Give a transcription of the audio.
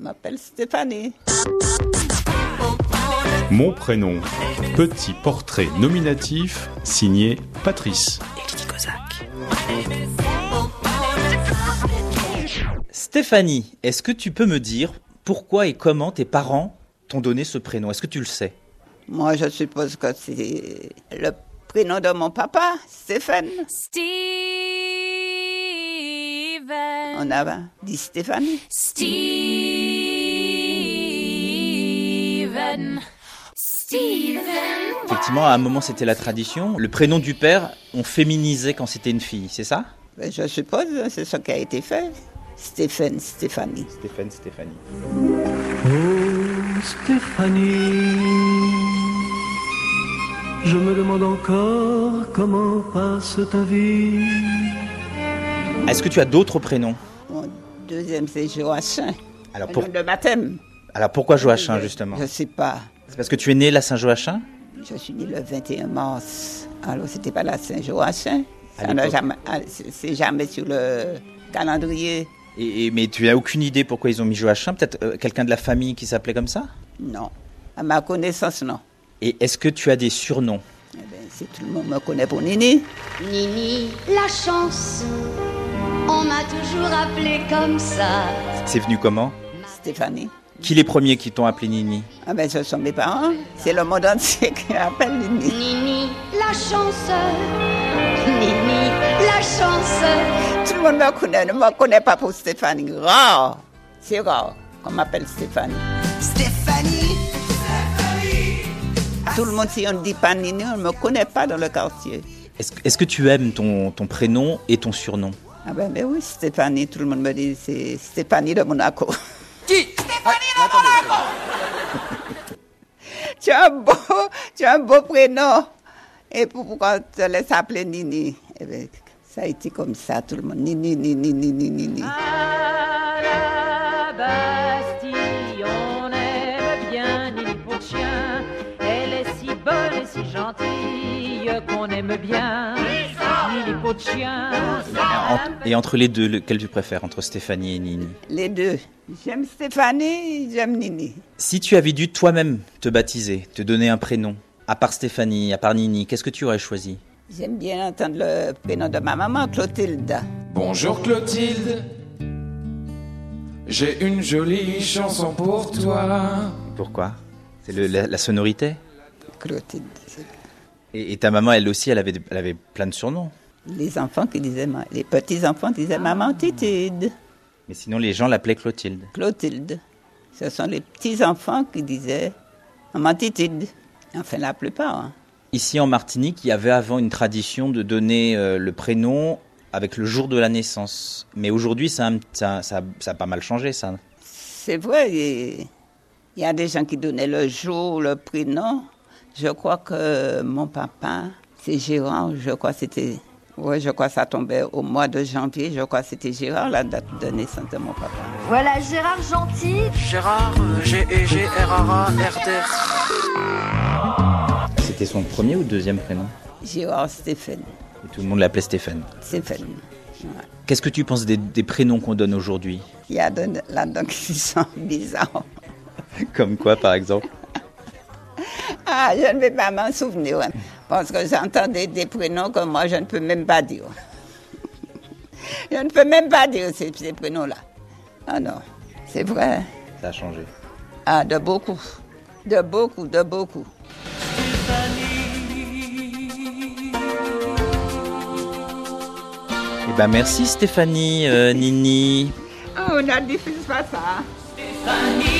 m'appelle Stéphanie. Mon prénom. Petit portrait nominatif signé Patrice. Stéphanie, est-ce que tu peux me dire pourquoi et comment tes parents t'ont donné ce prénom Est-ce que tu le sais Moi, je suppose que c'est le prénom de mon papa, Stéphane. Steven. On a dit Stéphanie. Steven. Steven. Effectivement, à un moment, c'était la tradition. Le prénom du père, on féminisait quand c'était une fille, c'est ça Ben, Je suppose, hein, c'est ce qui a été fait. Stéphane, Stéphanie. Stéphane, Stéphanie. Oh Stéphanie, je me demande encore comment passe ta vie. Est-ce que tu as d'autres prénoms Mon deuxième, c'est Joachim. alors, Le Ah, pour- nom de baptême. alors pourquoi Joachim, justement Je sais pas. C'est parce que tu es né la Saint-Joachim Je suis née le 21 mars. Alors, c'était pas la Saint-Joachim. À Ça n'a l'époque. jamais- ah, C'est c'est jamais sur le calendrier. et, et- Mais tu n'as aucune idée pourquoi ils ont mis Joachim Peut-être euh, quelqu'un de la famille qui s'appelait comme ça Non. À ma connaissance, non. Et est-ce que tu as des surnoms Eh ben, si tout le monde me connaît pour Nini, Nini, la chance, on m'a toujours appelé comme ça. C'est venu comment Stéphanie. Qui les premiers qui t'ont appelé Nini Ah ben, ce sont mes parents. C'est le monde entier qui appelle Nini. Nini, la chance, Nini, la chance. Tout le monde me connaît, ne me connaît pas pour Stéphanie. Rare. C'est rare qu'on m'appelle Stéphanie. Stéphanie. Tout le monde, si on ne dit pas Nini, on ne me connaît pas dans le quartier. Est-ce est-ce que tu aimes ton, ton prénom et ton surnom Ah ben, ben oui, Stéphanie, tout le monde me dit, c'est Stéphanie de Monaco. Qui Stéphanie de Monaco Tu as un beau, tu as un beau prénom. Et pour- pourquoi on te laisse appeler Nini Eh ben, ça a été comme ça, tout le monde. Nini, Nini, Nini, Nini. Ah. À la Bastille, on aime bien Nini pour chien. Elle est si bonne et si gentille qu'on aime bien Nini pour chien. En- Et entre les deux, lequel tu préfères entre Stéphanie et Nini Les deux. J'aime Stéphanie, j'aime Nini. Si tu avais dû toi-même te baptiser, te donner un prénom, à part Stéphanie, à part Nini, qu'est-ce que tu aurais choisi J'aime bien entendre le prénom de ma maman, Clotilde. Bonjour Clotilde, j'ai une jolie chanson pour toi. Pourquoi C'est le- la, la sonorité Clotilde. c'est et, et ta maman, elle aussi, elle avait, elle avait plein de surnoms. Les enfants qui disaient, ma- les petits-enfants disaient maman Titide. Mais sinon, les gens l'appelaient Clotilde. Clotilde. Ce sont les petits-enfants qui disaient Maman Titide. Enfin, la plupart. hein. Ici, en Martinique, il y avait avant une tradition de donner euh, le prénom avec le jour de la naissance. Mais aujourd'hui, ça, a un- ça- ça- ça a pas mal changé, ça. C'est vrai, il il y a des gens qui donnaient le jour, le prénom. Je crois que mon papa, c'est Gérard, je crois que c'était. Oui, je crois que ça tombait au mois de janvier, je crois que c'était Gérard, la date de naissance de mon papa. Voilà Gérard Gentil. Gérard, G-E-G-R-A-R-D. C'était son premier ou deuxième prénom Gérard Stéphane. Et tout le monde l'appelait Stéphane. Stéphane. Ouais. Qu'est-ce que tu penses des, des prénoms qu'on donne aujourd'hui Il y a de- là-dedans qui sont bizarres. Comme quoi, par exemple Ah, je ne vais pas m'en souvenir. hein, Parce que j'entends des, des prénoms que moi, je ne peux même pas dire. je ne peux même pas dire ces, ces prénoms-là. Ah non, c'est vrai. hein. Ça a changé. Ah, de beaucoup. De beaucoup, de beaucoup. Eh ben merci Stéphanie, euh, Nini. Ah, on ne diffuse pas ça. Nini